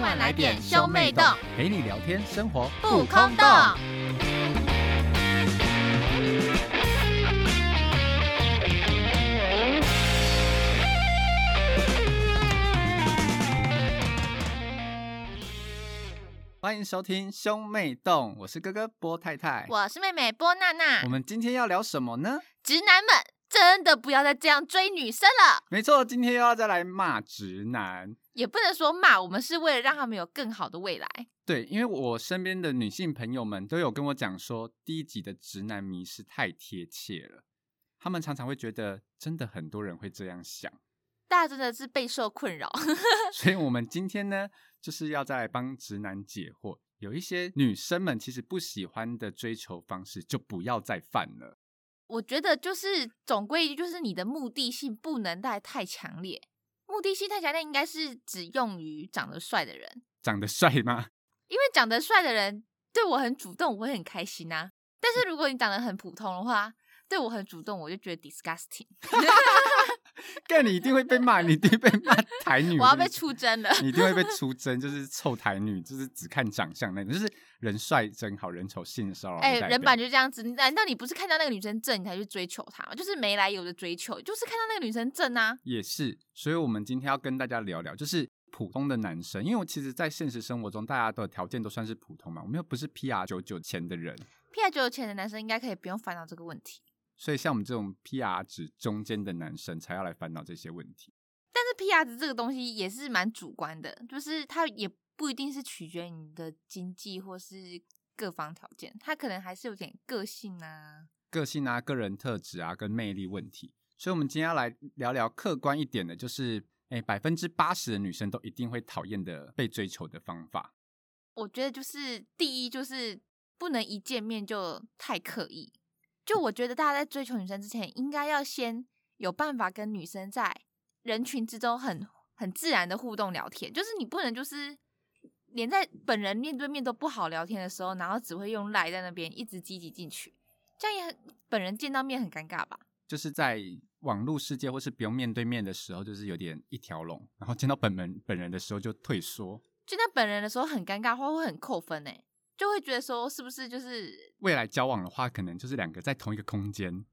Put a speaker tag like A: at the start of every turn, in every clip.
A: 快来点兄妹洞，
B: 陪你聊天，生活
A: 不空洞。
B: 欢迎收听兄妹洞，我是哥哥波太太。
A: 我啊是妹妹波娜娜
B: 我，们今天要聊什么呢？
A: 直男们真的不要再这样追女生了，
B: 没错，今天又要再来骂直男。
A: 也不能说骂，我们是为了让他们有更好的未来。
B: 对，因为我身边的女性朋友们都有跟我讲说，第一集的直男迷是太贴切了。他们常常会觉得，真的很多人会这 样想，
A: 大家真的是备受困扰，
B: 所以我们今天呢，就是要再来帮直男解惑。有一些女生们其实不喜欢的追求方式，就不要再犯了。
A: 我觉得就是总归一句就是你的目的性不能带太强烈，目的性太强烈应该是只用于长得帅的人，
B: 长得帅吗？
A: 因为长得帅的人对我很主动，我会很开心啊。但是如果你长得很普通的话，对我很主动，我就觉得 disgusting，
B: 干你一定会被骂，你一定会被骂 台女，
A: 我要被出征了。
B: 你一定会被出征，就是臭台女， 就是只看长相那种，就是人帅真好，人丑性骚扰的代
A: 哎、
B: 表。
A: 人版就这样子。难道你不是看到那个女生正，你才去追求她吗？就是没来由的追求，就是看到那个女生正啊。
B: 也是，所以我们今天要跟大家聊聊，就是普通的男生，因为我其实，在现实生活中，大家的条件都算是普通嘛，我们又不是 PR 九九前的人，
A: P I 九有钱的男生应该可以不用烦恼这个问题，
B: 所以像我们这种 PR 值中间的男生，才要来烦恼这些问题。
A: 但是 P R 值这个东西也是蛮主观的，就是它也不一定是取决于你的经济或是各方条件，它可能还是有点个性啊。
B: 个性啊、个人特质啊跟魅力问题。所以，我们今天要来聊聊客观一点的，就是，哎，百分之八十的女生都一定会讨厌的被追求的方法。
A: 我觉得就是第一就是不能一见面就太刻意。就我觉得大家在追求女生之前，应该要先有办法跟女生在人群之中很很自然的互动聊天，就是你不能就是连在本人面对面都不好聊天的时候，然后只会用赖在那边一直积极进去，这样也很本人见到面很尴尬吧？
B: 就是在网络世界或是不用面对面的时候，就是有点一条龙，然后见到本人本人的时候就退缩。
A: 见到本人的时候很尴尬，或会很扣分呢、欸就会觉得说是不是就是
B: 未来交往的话，可能就是两个在同一个空间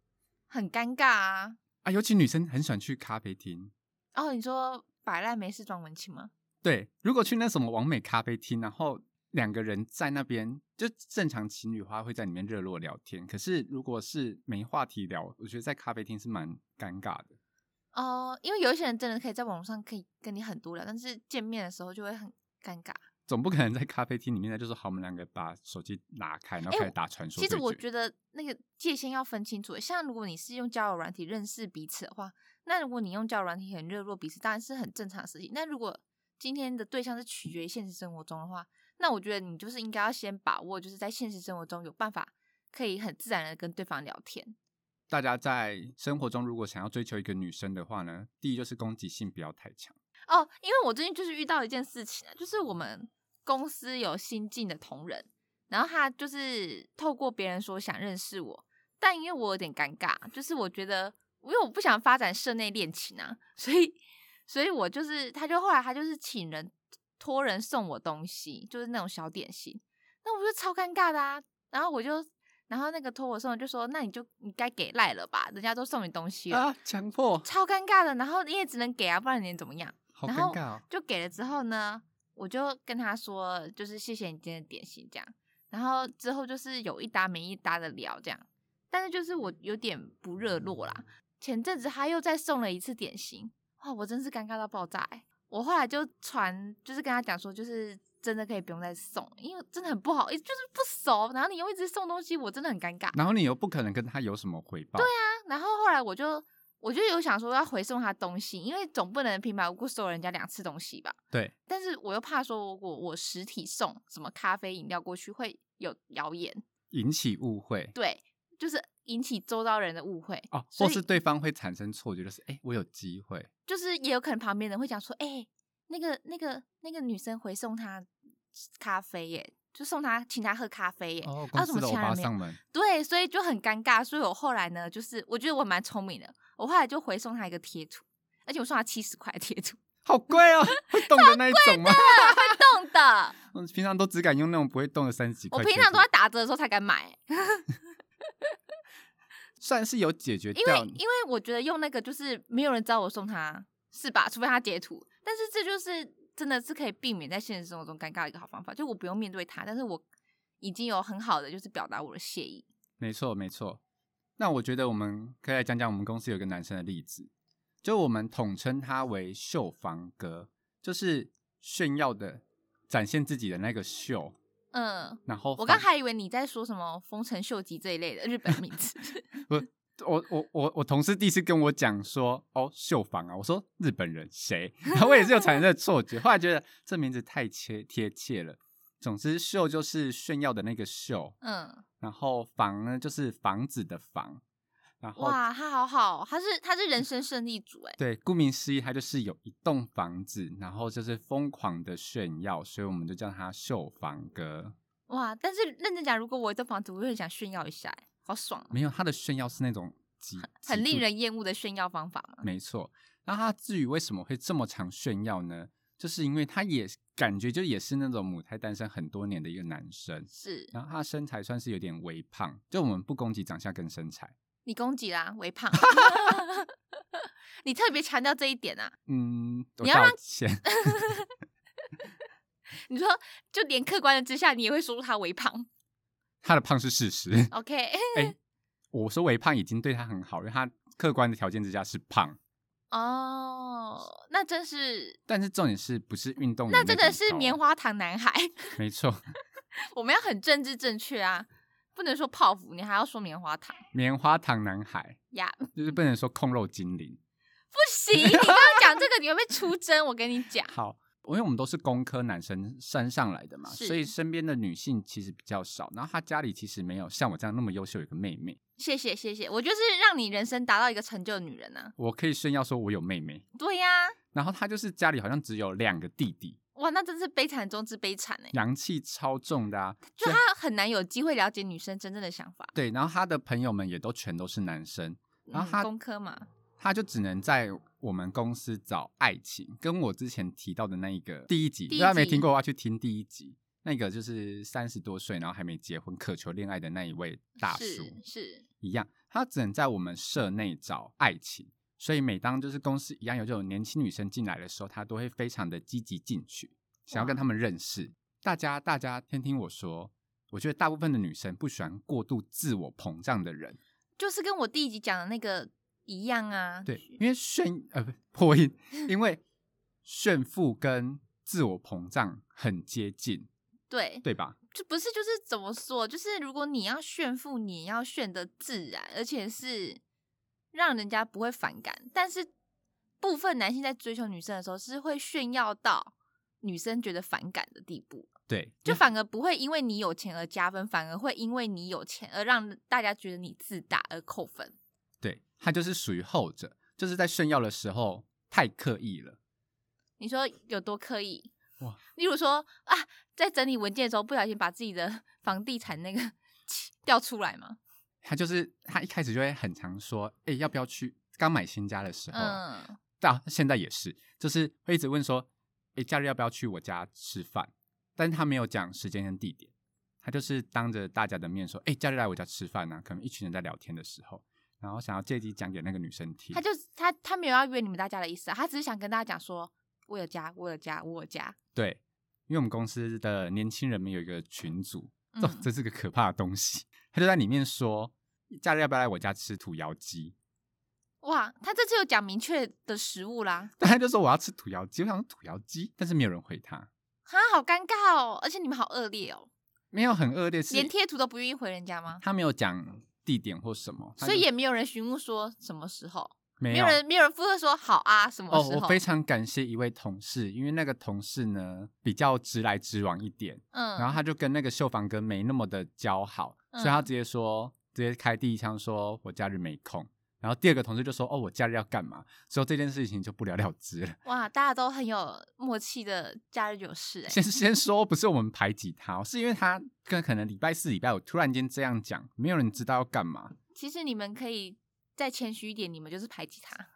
A: 很尴尬啊？
B: 啊，尤其女生很喜欢去咖啡厅。
A: 然后你说摆烂没事装文青吗？
B: 对，如果去那什么完美咖啡厅，然后两个人在那边就正常情侣的话会在里面热络聊天，可是如果是没话题聊，我觉得在咖啡厅是蛮尴尬的。
A: 哦，因为有一些人真的可以在网络上可以跟你很多聊，但是见面的时候就会很尴尬。
B: 总不可能在咖啡厅里面呢，就说好，我们两个把手机拿开，然后
A: 哎
B: 开始
A: 我
B: 打传说
A: 其
B: 对决。
A: 实我觉得那个界限要分清楚，像如果你是用交友软体认识彼此的话，那如果你用交友软体很热络彼此，当然是很正常的事情。那如果今天的对象是取决于现实生活中的话，那我觉得你就是应该要先把握，就是在现实生活中有办法可以很自然的跟对方聊天。
B: 大家在生活中如果想要追求一个女生的话呢，第一就是攻击性不要太强。
A: 哦，因为我最近就是遇到一件事情啊，就是我们公司有新进的同仁，然后他就是透过别人说想认识我，但因为我有点尴尬，就是我觉得因为我不想发展社内恋情啊，所以所以我就是他就后来他就是请人托人送我东西，就是那种小点心，那我就超尴尬的啊，然后我就。然后那个托我送的就说：“那你就你该给赖了吧，人家都送你东西了，
B: 啊，强迫，
A: 超尴尬的。然后你也只能给啊，不然你能怎么样？”
B: 好
A: 然后
B: 尴尬、哦。
A: 就给了之后呢，我就跟他说，就是谢谢你今天的点心这样。然后之后就是有一搭没一搭的聊这样，但是就是我有点不热络啦。前阵子他又再送了一次点心，哇，我真是尴尬到爆炸、欸！我后来就传，就是跟他讲说，就是真的可以不用再送，因为真的很不好意思，就是不熟，然后你又一直送东西，我真的很尴尬。
B: 然后你又不可能跟他有什么回报，对啊，
A: 然后后来我就我就有想说要回送他东西，因为总不能平白无故收人家两次东西吧。
B: 对，
A: 但是我又怕说，如果我实体送什么咖啡饮料过去，会有谣言，
B: 引起误会
A: 对，就是引起周遭人的误会
B: 哦，
A: 所
B: 或
A: 以
B: 是对方会产生错觉，就是哎、诶我有机会，
A: 就是也有可能旁边人会讲说，哎、那个那个那个女生回送他咖啡耶，就送他请他喝咖啡耶，
B: 哦，
A: 啊
B: 公
A: 怎
B: 司
A: 么
B: 的
A: 其
B: 欧
A: 他
B: 巴
A: 人没有
B: 上？门，
A: 对，所以就很尴尬，所以我后来呢，就是我觉得我蛮聪明的，我后来就回送他一个 贴图，而且我送他七十块的贴图，
B: 好贵哦，会动的那一种吗？
A: 会动用的，
B: 我平常都只敢用那种不会动的三十几块
A: 我
B: 钱。
A: 平常都在打折的时候才敢买，
B: 算是有解决
A: 因为
B: 掉你，
A: 因为我觉得用那个就是没有人知道我送他，是吧？除非他截图，但是这就是真的是可以避免在现实生活中尴尬的一个好方法，就我不用面对他，但是我已经有很好的就是表达我的谢意。
B: 没错没错。那我觉得我们可以来讲讲我们公司有一个男生的例子，就我们统称他为“秀房哥”，就是炫耀的展现自己的那个秀。
A: 嗯，
B: 然后
A: 我刚
B: 房
A: 还以为你在说什么《丰臣秀吉》这一类的日本名 字，
B: 我我我我同事第一次跟我讲说，哦，秀房啊，我说日本人谁？ 然后我也是有产生这个错觉，后来觉得这名字太切贴切了。总之，秀就是炫耀的那个秀，
A: 嗯，
B: 然后房呢就是房子的房，然后
A: 哇，他好好，他是他是人生胜利组哎，
B: 对，顾名思义，它就是有一栋房子，然后就是疯狂的炫耀，所以我们就叫它秀房哥。
A: 哇！但是认真讲，如果我有这房子，我会很想炫耀一下哎，好爽哦，
B: 没有，它的炫耀是那种极
A: 很
B: 极
A: 令
B: 度
A: 人厌恶的炫耀方法嘛。
B: 没错。那他至于为什么会这么常炫耀呢？就是因为他也感觉就也是那种母胎单身很多年的一个男生，
A: 是
B: 然后他身材算是有点微胖，就我们不攻击长相跟身材，
A: 你攻击啦，微胖， 你特别强调这一点啊，
B: 嗯，我
A: 你要让
B: 道歉，
A: 你说就连客观的之下，你也会说出他微胖
B: 他的胖是事实。
A: ，OK？
B: 我说微胖已经对他很好，因为他客观的条件之下是胖，
A: 哦，那真是，
B: 但是重点是不是运动员
A: 那真的
B: 种
A: 是
B: 高啊
A: 棉，花糖男孩。
B: 没错，
A: 我们要很政治正确啊，不能说泡芙，你还要说棉花糖
B: 棉花糖男孩
A: 呀
B: 就是不能说控肉精灵。
A: 不行，你刚刚讲这个，你会被出征。我跟你讲，
B: 好，因为我们都是工科男生升上来的嘛，
A: 是
B: 所以身边的女性其实比较少。然后他家里其实没有像我这样那么优秀有个妹妹，
A: 谢谢谢谢，我就是让你人生达到一个成就的女人啊。
B: 我可以炫耀说我有妹妹。
A: 对呀、
B: 然后他就是家里好像只有两个弟弟，
A: 哇，那真是悲惨中之悲惨哎、
B: 阳气超重的啊。
A: 就他很难有机会了解女生真正的想法。
B: 对，然后他的朋友们也都全都是男生，然后
A: 嗯、
B: 他
A: 工科嘛，
B: 他就只能在我们公司找爱情，跟我之前提到的那一个第一集，
A: 第一
B: 大家没
A: 集
B: 听过的话去听第一集。那个就是三十多岁，然后还没结婚，渴求恋爱的那一位大叔，
A: 是是，
B: 一样，他只能在我们社内找爱情。所以每当就是公司一样有这种年轻女生进来的时候，他都会非常的积极进取，想要跟他们认识。大家大家听听我说，我觉得大部分的女生不喜欢过度自我膨胀的人，
A: 就是跟我第一集讲的那个一样啊。
B: 对，因为炫呃不破音，因为炫富跟自我膨胀很接近，
A: 对，
B: 对吧？
A: 就不是就是怎么说，就是如果你要炫富，你要炫的自然，而且是让人家不会反感。但是部分男性在追求女生的时候，是会炫耀到女生觉得反感的地步，
B: 对，
A: 就反而不会因为你有钱而加分，反而会因为你有钱而让大家觉得你自大而扣分。
B: 对他就是属于后者，就是在炫耀的时候太刻意了。
A: 你说有多刻意？
B: 哇！
A: 例如说啊，在整理文件的时候，不小心把自己的 房地产那个调出来嘛，
B: 他就是他一开始就会很常说，哎、要不要去？刚买新家的时候，
A: 嗯。
B: 到、现在也是，就是会一直问说，哎、假日要不要去我家吃饭？但是他没有讲时间跟地点，他就是当着大家的面说，哎、假日来我家吃饭啊。可能一群人在聊天的时候，然后想要借机讲给那个女生听
A: 他。就他他没有要约你们大家的意思、啊，他只是想跟大家讲说，我有家，我有家，我有家。
B: 对，因为我们公司的年轻人们有一个群组，这、
A: 嗯
B: 这是个可怕的东西。他就在里面说，假日要不要来我家吃土窑鸡？
A: 哇，他这次有讲明确的食物啦，
B: 但他就说我要吃土窑鸡，我想说土窑鸡，但是没有人回他。
A: 哈，好尴尬哦，而且你们好恶劣哦，
B: 没有很恶劣，是
A: 连贴图都不愿意回人家吗？
B: 他没有讲地点或什么，他
A: 所以
B: 就
A: 也没有人询问说什么时候，
B: 没
A: 没有人没有人附和说好啊，什么
B: 哦。
A: 时候？
B: 我非常感谢一位同事，因为那个同事呢比较直来直往一点，
A: 嗯，
B: 然后他就跟那个秀房哥没那么的交好，
A: 嗯
B: 所以他直接说直接开第一枪说我假日没空。然后第二个同事就说：“哦，我假日要干嘛？”所以这件事情就不了了之了。
A: 哇，大家都很有默契的假日有事哎、
B: 先先说，不是我们排挤他哦，是因为他跟可能礼拜四、礼拜五突然间这样讲，没有人知道要干嘛。
A: 其实你们可以再谦虚一点，你们就是排挤他。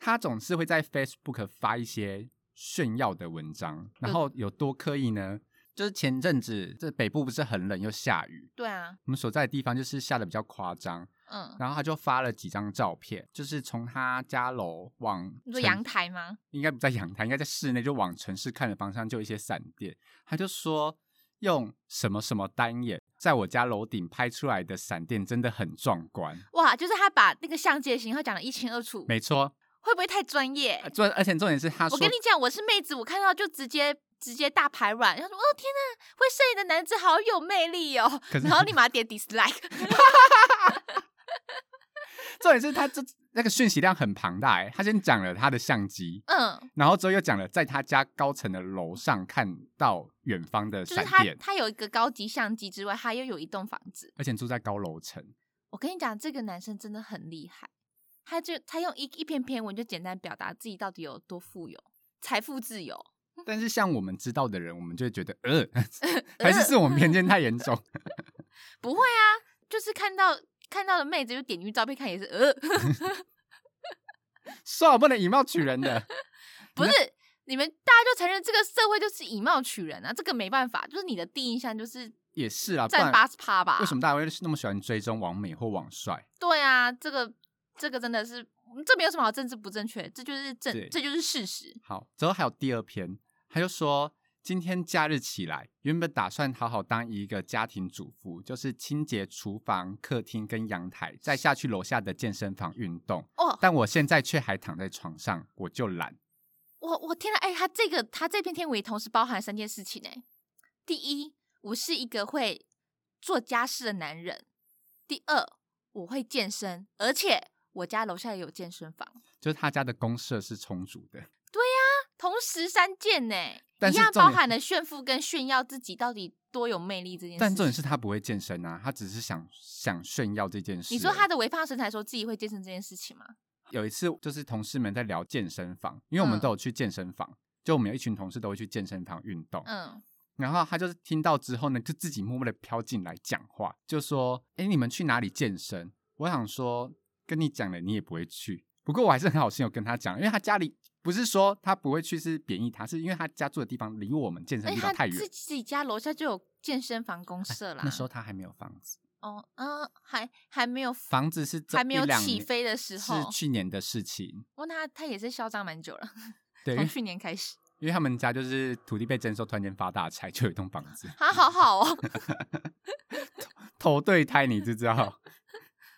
B: 他总是会在 Facebook 发一些炫耀的文
A: 嗯
B: 章，然后有多刻意呢？就是前阵子这北部不是很冷又下雨，
A: 对啊，
B: 我们所在的地方就是下的比较夸张，
A: 嗯，
B: 然后他就发了几张照片，就是从他家楼往
A: 你说
B: 城
A: 阳台吗？
B: 应该不在阳台，应该在室内，就往城市看的方向就有一些闪电。他就说用什么什么单眼，在我家楼顶拍出来的闪电真的很壮观。
A: 哇，就是他把那个相机的型号讲的一清二楚，
B: 没错，
A: 会不会太专业
B: 呃？重而且重点是他
A: 我
B: 说
A: 跟你讲，我是妹子，我看到就直接直接大排卵，然后说哦天呐，会摄影的男子好有魅力哦
B: 可，是
A: 然后立马点 dislike，
B: 重点是他这那个讯息量很庞大、欸，他先讲了他的相机，
A: 嗯，
B: 然后之后又讲了在他家高层的楼上看到远方的
A: 就是
B: 闪
A: 他
B: 电，
A: 他有一个高级相机之外，他又有一栋房子。
B: 而且住在高楼层。
A: 我跟你讲，这个男生真的很厉害，他就他用一一篇篇文就简单表达自己到底有多富有，财富自由。
B: 但是像我们知道的人，我们就会觉得呃， 还是是我们偏见太严重。
A: 不会啊，就是看到看到的妹子就点进去照片看也是呃，
B: 算了，不能以貌取人的。
A: 不是。你们大家就承认这个社会就是以貌取人啊，这个没办法，就是你的第一印象就是
B: 也是 啊，不
A: 占
B: 然
A: 八十趴吧？
B: 为什么大家会那么喜欢追踪网美或网帅？
A: 对啊，这个这个真的是，嗯这没有什么好政治不正确，这就是正
B: 对，
A: 这就是事实。
B: 好，之后还有第二篇，他就说今天假日起来，原本打算好好当一个家庭主妇，就是清洁厨房、客厅跟阳台，再下去楼下的健身房运动。
A: 哦，
B: 但我现在却还躺在床上，我就懒。
A: 我我天呐，哎、他这个他这篇天文也同时包含三件事情哎、第一，我是一个会做家事的男人；第二，我会健身，而且我家楼下也有健身房，
B: 就是他家的公社是充足的，
A: 同时三件呢、
B: 但
A: 一
B: 是
A: 样
B: 重
A: 包
B: 点
A: 含了炫富跟炫耀自己到底多有魅力这件事情。
B: 但重点是他不会健身啊，他只是想想炫耀这件事而已。
A: 你说他的微胖身材说自己会健身这件事情吗？
B: 有一次就是同事们在聊健身房，因为我们
A: 嗯
B: 都有去健身房，就我们有一群同事都会去健身房运动。
A: 嗯，
B: 然后他就是听到之后呢，就自己默默的飘进来讲话，就说：“哎，你们去哪里健身？”我想说，跟你讲了你也不会去。不过我还是很好心有跟他讲，因为他家里不是说他不会去是贬义他，是因为他家住的地方离我们健身
A: 而
B: 地
A: 且
B: 方
A: 哎他
B: 太
A: 自
B: 远。哎
A: 己家楼下就有健身房公社啦。
B: 那时候他还没有房子，
A: 哦，嗯，还还没有
B: 房子是这
A: 还没有
B: 一两
A: 起
B: 年
A: 飞的时候
B: 是去年的事情。
A: 哇，那他也是嚣张蛮久了，
B: 对，因
A: 从
B: 为
A: 去年开始，
B: 因为他们家就是土地被征收，突然间发大财，就有一栋房子。
A: 他好好哦，
B: 头对胎，你知不知 道？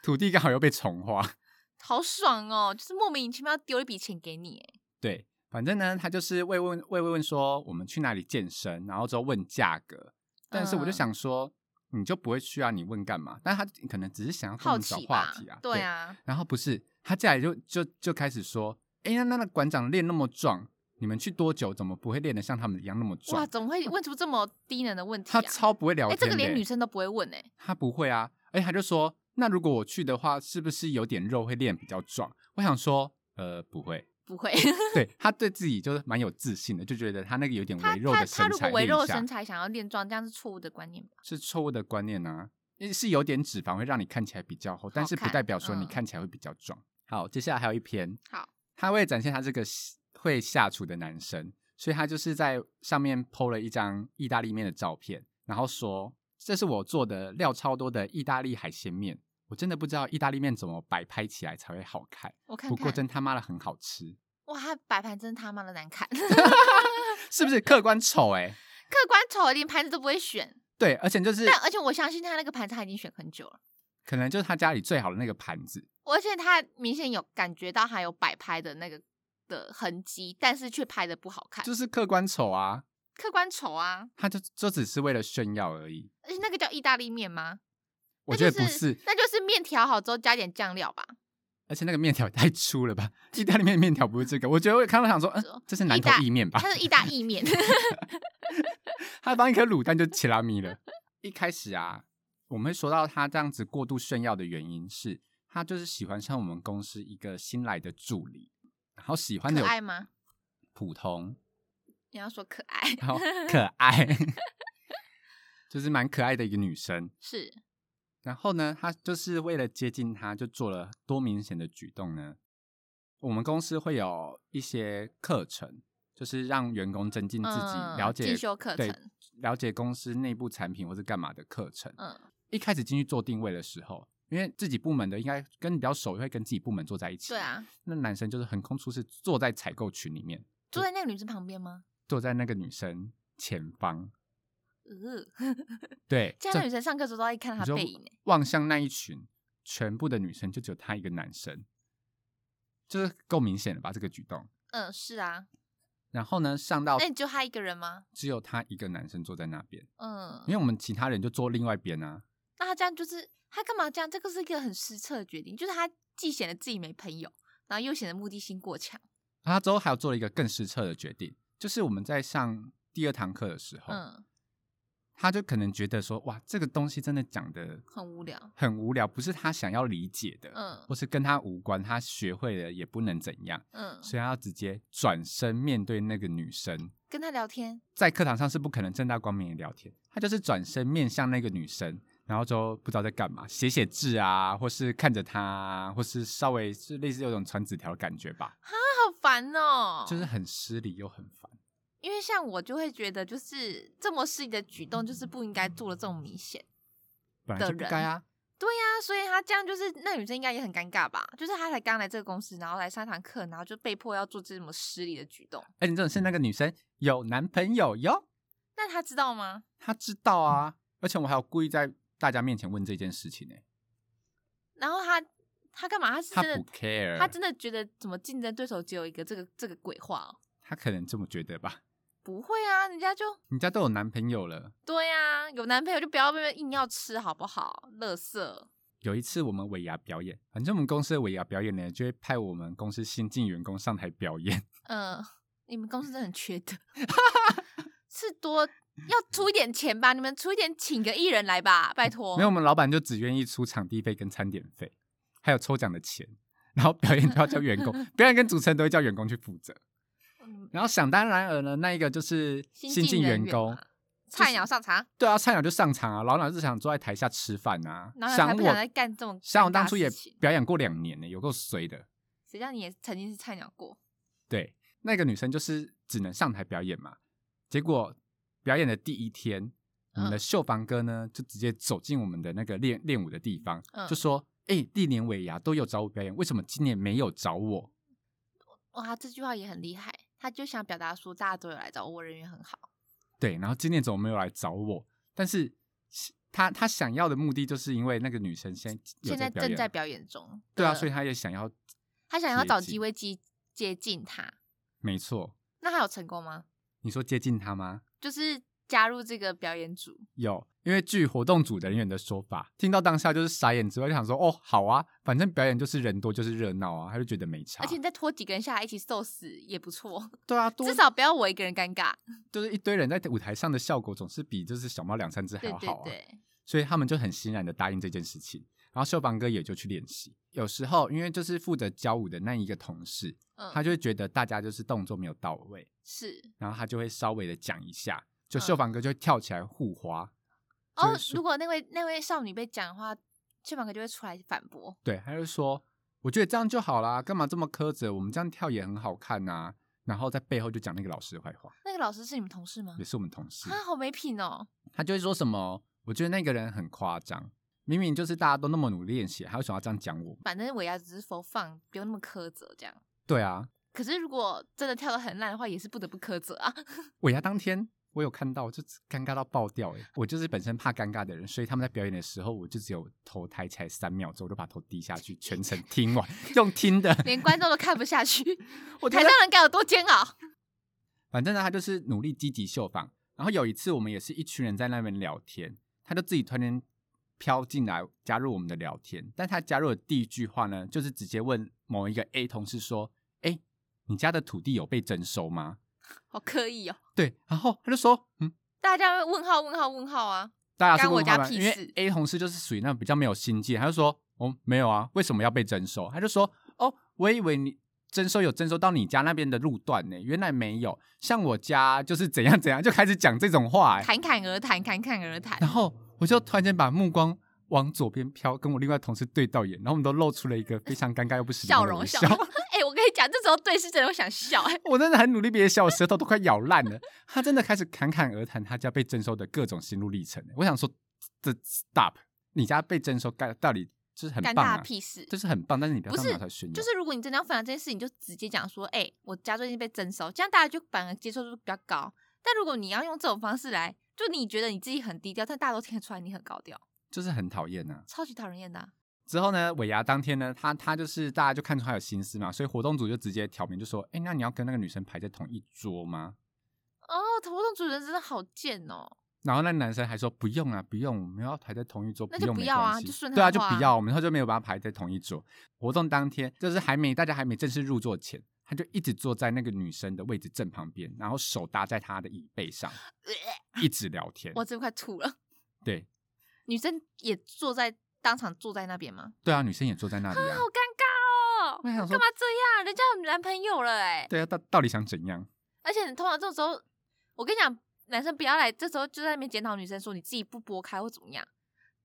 B: 土地刚好又被重划。
A: 好爽哦，就是莫名其妙丢了一笔钱给你耶，
B: 对，反正呢，他就是慰问慰问说我们去哪里健身，然后之后问价格。但是我就
A: 嗯
B: 想说，你就不会去啊，你问干嘛？但他可能只是想要跟我
A: 好
B: 们找
A: 奇
B: 话
A: 吧
B: 题啊。？
A: 对。啊，
B: 然后不是他进来就就就开始说，哎、那那那馆长练那么壮，你们去多久？怎么不会练得像他们一样那么
A: 哇，
B: 壮？
A: 怎么会问出这么低能的问题
B: 他
A: 啊？
B: 超不会
A: 哎，
B: 聊天的、
A: 这
B: 欸
A: 个连女生都不会问哎，
B: 他不会啊，而且他就说，那如果我去的话，是不是有点肉会练比较壮？我想说，呃，不会。
A: 不会，
B: 对他对自己就是蛮有自信的，就觉得他那个有点
A: 他
B: 微肉的
A: 他他
B: 身
A: 如果
B: 材
A: 围
B: 练
A: 肉
B: 一
A: 身
B: 下，
A: 材想要练壮，这样是错误的观念吧？
B: 是错误的观念啊，因为是有点脂肪会让你看起来比较厚，但是不
A: 看
B: 代表说你
A: 嗯
B: 看起来会比较壮。好，接下来还有一篇，
A: 好，
B: 他为了展现他这个会下厨的男生，所以他就是在上面 PO 了一张意大利面的照片，然后说：“这是我做的料超多的意大利海鲜面，我真的不知道意大利面怎么摆拍起来才会好看，
A: 我看
B: 不过
A: 看，
B: 真他妈的很好 吃，
A: 哇，他摆盘真他妈的难 看，
B: 是不是客观丑哎、
A: 客观丑，连盘子都不会选。
B: 对，而且就是
A: 但而且我相信他那个盘子他已经选很久了，
B: 可能就是他家里最好的那个盘子，
A: 而且他明显有感觉到他有摆拍的那个的痕迹，但是却拍的不好看，
B: 就是客观丑啊，
A: 客观丑啊。
B: 他就就只是为了炫耀而已。
A: 而且那个叫意大利面吗？
B: 我觉得
A: 那
B: 不，
A: 就是那就是面调好之后加点酱料吧。
B: 而且那个面条也太粗了吧！意大利面的面条不是这个，我觉得我看到想说，嗯，这是南
A: 意
B: 头
A: 大
B: 意面吧？
A: 它是意大意 面，
B: 他放一颗卤蛋就切拉米了。一开始啊，我们会说到他这样子过度炫耀的原因是，他就是喜欢上我们公司一个新来的助理，然后喜欢的
A: 可
B: 有
A: 爱吗？
B: 普通，
A: 你要说可爱
B: 然后可爱， 就是蛮可爱的一个女生。
A: 是
B: 然后呢，他就是为了接近他，就做了多明显的举动呢？我们公司会有一些课程，就是让员工增进自己、
A: 嗯
B: 了解
A: 进修课
B: 对
A: 程
B: 了解公司内部产品或是干嘛的课程。
A: 嗯，
B: 一开始进去做定位的时候，因为自己部门的应该跟你比较熟，会跟自己部门坐在一起。
A: 对，啊，
B: 那男生就是横空出世，坐在采购群里面，
A: 坐在那个女生旁边吗？
B: 坐在那个女生前方。
A: 呃，
B: 对，
A: 这样
B: 这
A: 的女生上课的时候都在看她
B: 你说
A: 背影欸，
B: 望向那一群，全部的女生就只有他一个男生，就是够明显了吧？这个举动。
A: 嗯，是啊，
B: 然后呢，上到
A: 那你就她一个人吗？
B: 只有他一个男生坐在那边，
A: 嗯，
B: 因为我们其他人就坐另外一边啊。
A: 那她这样就是她干嘛这样？这个是一个很失策的决定，就是她既显得自己没朋友，然后又显得目的性过强。
B: 他之后还有做了一个更失策的决定，就是我们在上第二堂课的时候，
A: 嗯，
B: 他就可能觉得说，哇，这个东西真的讲的
A: 很无聊。
B: 很无聊，不是他想要理解的，
A: 嗯
B: 或是跟他无关，他学会了也不能怎样，
A: 嗯，
B: 所以他要直接转身面对那个女生。
A: 跟她聊天，
B: 在课堂上是不可能正大光明的聊天，他就是转身面向那个女生，然后就不知道在干嘛，写写字啊，或是看着她啊，或是稍微是类似有种传纸条的感觉吧，
A: 她好烦哦、
B: 就是很失礼又很烦。
A: 因为像我就会觉得，就是这么失礼的举动，就是不应该做的这么明显。
B: 本来就不该啊，
A: 对呀、所以她这样就是那女生应该也很尴尬吧？就是她才刚来这个公司，然后来上堂课，然后就被迫要做这么失礼的举动。
B: 而且这种是那个女生有男朋友哟，
A: 那她知道吗？
B: 她知道啊，而且我还有故意在大家面前问这件事情呢、
A: 然后她她干嘛？她是
B: 她
A: 真的
B: 不 care，
A: 他真的觉得怎么竞争对手只有一个这个这个鬼话哦？
B: 她可能这么觉得吧，
A: 不会啊，人家就
B: 人家都有男朋友了。
A: 对啊，有男朋友就不要被人硬要吃好不好？乐色，
B: 有一次我们尾牙表演，反正我们公司的尾牙表演呢，就会派我们公司新进员工上台表 演。
A: 嗯、你们公司真的很缺德， 是多要出一点钱吧？你们出一点，请个艺人来吧，拜托。
B: 没有，我们老板就只愿意出场地费跟餐点费，还有抽奖的钱。然后表演都要叫员 工，表演跟主持人都会叫员工去负责。
A: 嗯，
B: 然后想当然而呢，那一个就是
A: 新进人
B: 员
A: 员
B: 工
A: 嘛，菜鸟上场，
B: 对啊，菜鸟就上场啊，老鸟就想坐在台下吃饭啊
A: 老。鸟才
B: 想
A: 不想
B: 我
A: 再干这种
B: 想我
A: 尴尬
B: 当初
A: 的
B: 也
A: 事情
B: 表演过两年呢、有够衰的。
A: 谁叫你也曾经是菜鸟过？
B: 对，那个女生就是只能上台表演嘛。结果表演的第一天，我们的
A: 嗯
B: 秀房哥呢就直接走进我们的那个练练舞的地方，
A: 嗯
B: 就说：“哎、历年尾牙都有找我表演，为什么今年没有找我
A: 哇，这句话也很厉害，他就想表达说大家都有来找我，我人缘很好。？”
B: 对，然后今年怎么没有来找我？但是他他想要的目的，就是因为那个女生现在有
A: 现在
B: 表演
A: 正在
B: 了
A: 表呃演中。
B: 对啊，所以他也想要，
A: 他想要找
B: 接近
A: 机会接接近他，
B: 没错，
A: 那他有成功吗？
B: 你说接近他吗？
A: 就是加入这个表演组，
B: 有，因为据活动组人员的说法，听到当下就是傻眼之外，就想说哦，好啊，反正表演就是人多就是热闹啊，他就觉得没差。
A: 而且你再拖几个人下来一起受死也不错，
B: 对啊，多
A: 至少不要我一个人尴尬。
B: 就是一堆人在舞台上的效果总是比就是小猫两三只还
A: 对
B: 要
A: 对
B: 好啊，
A: 对，
B: 所以他们就很欣然的答应这件事情。然后秀房哥也就去练习。有时候因为就是负责教舞的那一个同事，
A: 嗯，
B: 他就会觉得大家就是动作没有到位，
A: 是
B: 然后他就会稍微的讲一下，就
A: 嗯
B: 秀房哥就会跳起来护花，就
A: 哦
B: 会。说
A: 如果那位那位少女被讲的话，翅膀哥就会出来反驳。
B: 对，他就说：“我觉得这样就好啦，干嘛这么苛责？我们这样跳也很好看呐、然后在背后就讲那个老师的坏话，
A: 那个老师是你们同事吗
B: 也？是我们同事，
A: 他好没品哦。
B: 他就会说什么：“我觉得那个人很夸张，明明就是大家都那么努力练习，还为什么要这样讲我
A: 反正尾牙只是 for fun，不用那么苛责这样。？”
B: 对啊，
A: 可是如果真的跳的很烂的话，也是不得不苛责啊。
B: 尾牙当天我有看到，就尴尬到爆掉哎！我就是本身怕尴尬的人，所以他们在表演的时候，我就只有头抬起来三秒钟，我就把头低下去，全程听完，用听的。
A: 连观众都看不下去，
B: 我就
A: 台
B: 在
A: 上人该有多煎熬？
B: 反正呢，他就是努力积极秀访。然后有一次，我们也是一群人在那边聊天，他就自己突然间飘进来加入我们的聊天。但他加入的第一句话呢，就是直接问某一个 A 同事说：“哎，你家的土地有被征收吗
A: 好刻意哦！？”
B: 对，然后他就说：“嗯，
A: 大家会问号问号问号啊！
B: 大家是
A: 干我
B: 问号
A: 家
B: 吧
A: 屁
B: 因为
A: 事
B: A 同事就是属于那种比较没有心计，他就说：“哦，没有啊，为什么要被征收？”他就说：“哦，我以为你。”征收有征收到你家那边的路段呢，原来没有。像我家就是怎样怎样，就开始讲这种话、哎。
A: 侃侃而谈，侃侃而 谈。
B: 然后我就突然间把目光往左边飘，跟我另外同事对到眼，然后我们都露出了一个非常尴尬又不失礼貌
A: 笑
B: 的
A: 容
B: 微
A: 笑
B: 笑。
A: 容，哎、我跟跟你讲，这时候对视真的会想笑、哎，
B: 我真的很努力憋笑，舌头都快咬烂了。他真的开始侃侃而谈他家被征收的各种心路历程。欸我想说，这 stop，你家被征收干到底就是很
A: 干
B: 棒
A: 大
B: 啊，
A: 屁事！
B: 就是很棒，但是你不要
A: 不
B: 上
A: 是
B: 拿出来炫耀。
A: 就是如果你真的要分享这件事，你就直接讲说，哎、我家最近被征收，这样大家就反而接受度比较高。但如果你要用这种方式来，就你觉得你自己很低调，但大家都听得出来你很高调，
B: 就是很讨厌啊。
A: 超级讨人厌的啊、
B: 之后呢，尾牙当天呢，他他就是大家就看出他有心思嘛，所以活动组就直接挑明就说：“哎、那你要跟那个女生排在同一桌吗
A: 哦，活动主人真的好贱哦！？”
B: 然后那男生还说：“不用啊，不用，我们要排在同一桌，
A: 那就
B: 用
A: 不
B: 没
A: 要啊
B: 关系
A: 就顺
B: 对啊，
A: 他
B: 就
A: 话啊
B: 不要，我们以后就没有把他排在同一桌。活动当天就是还没大家还没正式入座前，他就一直坐在那个女生的位置正旁边，然后手搭在她的椅背上，一直聊天。
A: 我真的快吐了。
B: 对
A: 女生也坐在当场坐在那边吗？
B: 对啊，女生也坐在那里
A: 啊，
B: 啊
A: 好。尴尬哦！
B: 我想说
A: 干嘛这样？人家有男朋友了哎、
B: 对啊，到到底想怎样？
A: 而且你通常这种时候，我跟你讲，男生不要来，这时候就在那边检讨女生说你自己不拨开或怎么样。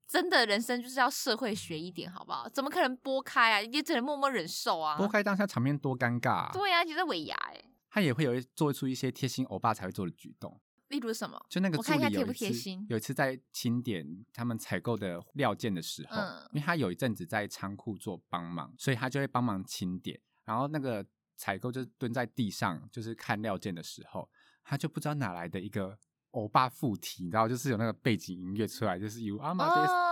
A: 真的人生就是要社会学一点，好不好？怎么可能拨开啊？你只能默默忍受啊。
B: 拨开当下场面多尴尬、啊。
A: 对啊，其实尾牙哎、
B: 他也会有一做出一些贴心欧巴才会做的举动。
A: 例如什么？
B: 就那个
A: 我
B: 助
A: 看一下
B: 理有
A: 贴不
B: 一
A: 贴
B: 次
A: 心
B: 有一次在清点他们采购的料件的时候，
A: 嗯
B: 因为他有一阵子在仓库做帮忙，所以他就会帮忙清点。然后那个采购就是蹲在地上，就是看料件的时候，他就不知道哪来的一个欧巴附体，你知道，就是有那个背景音乐出来，就是 You are my destiny，、
A: 哦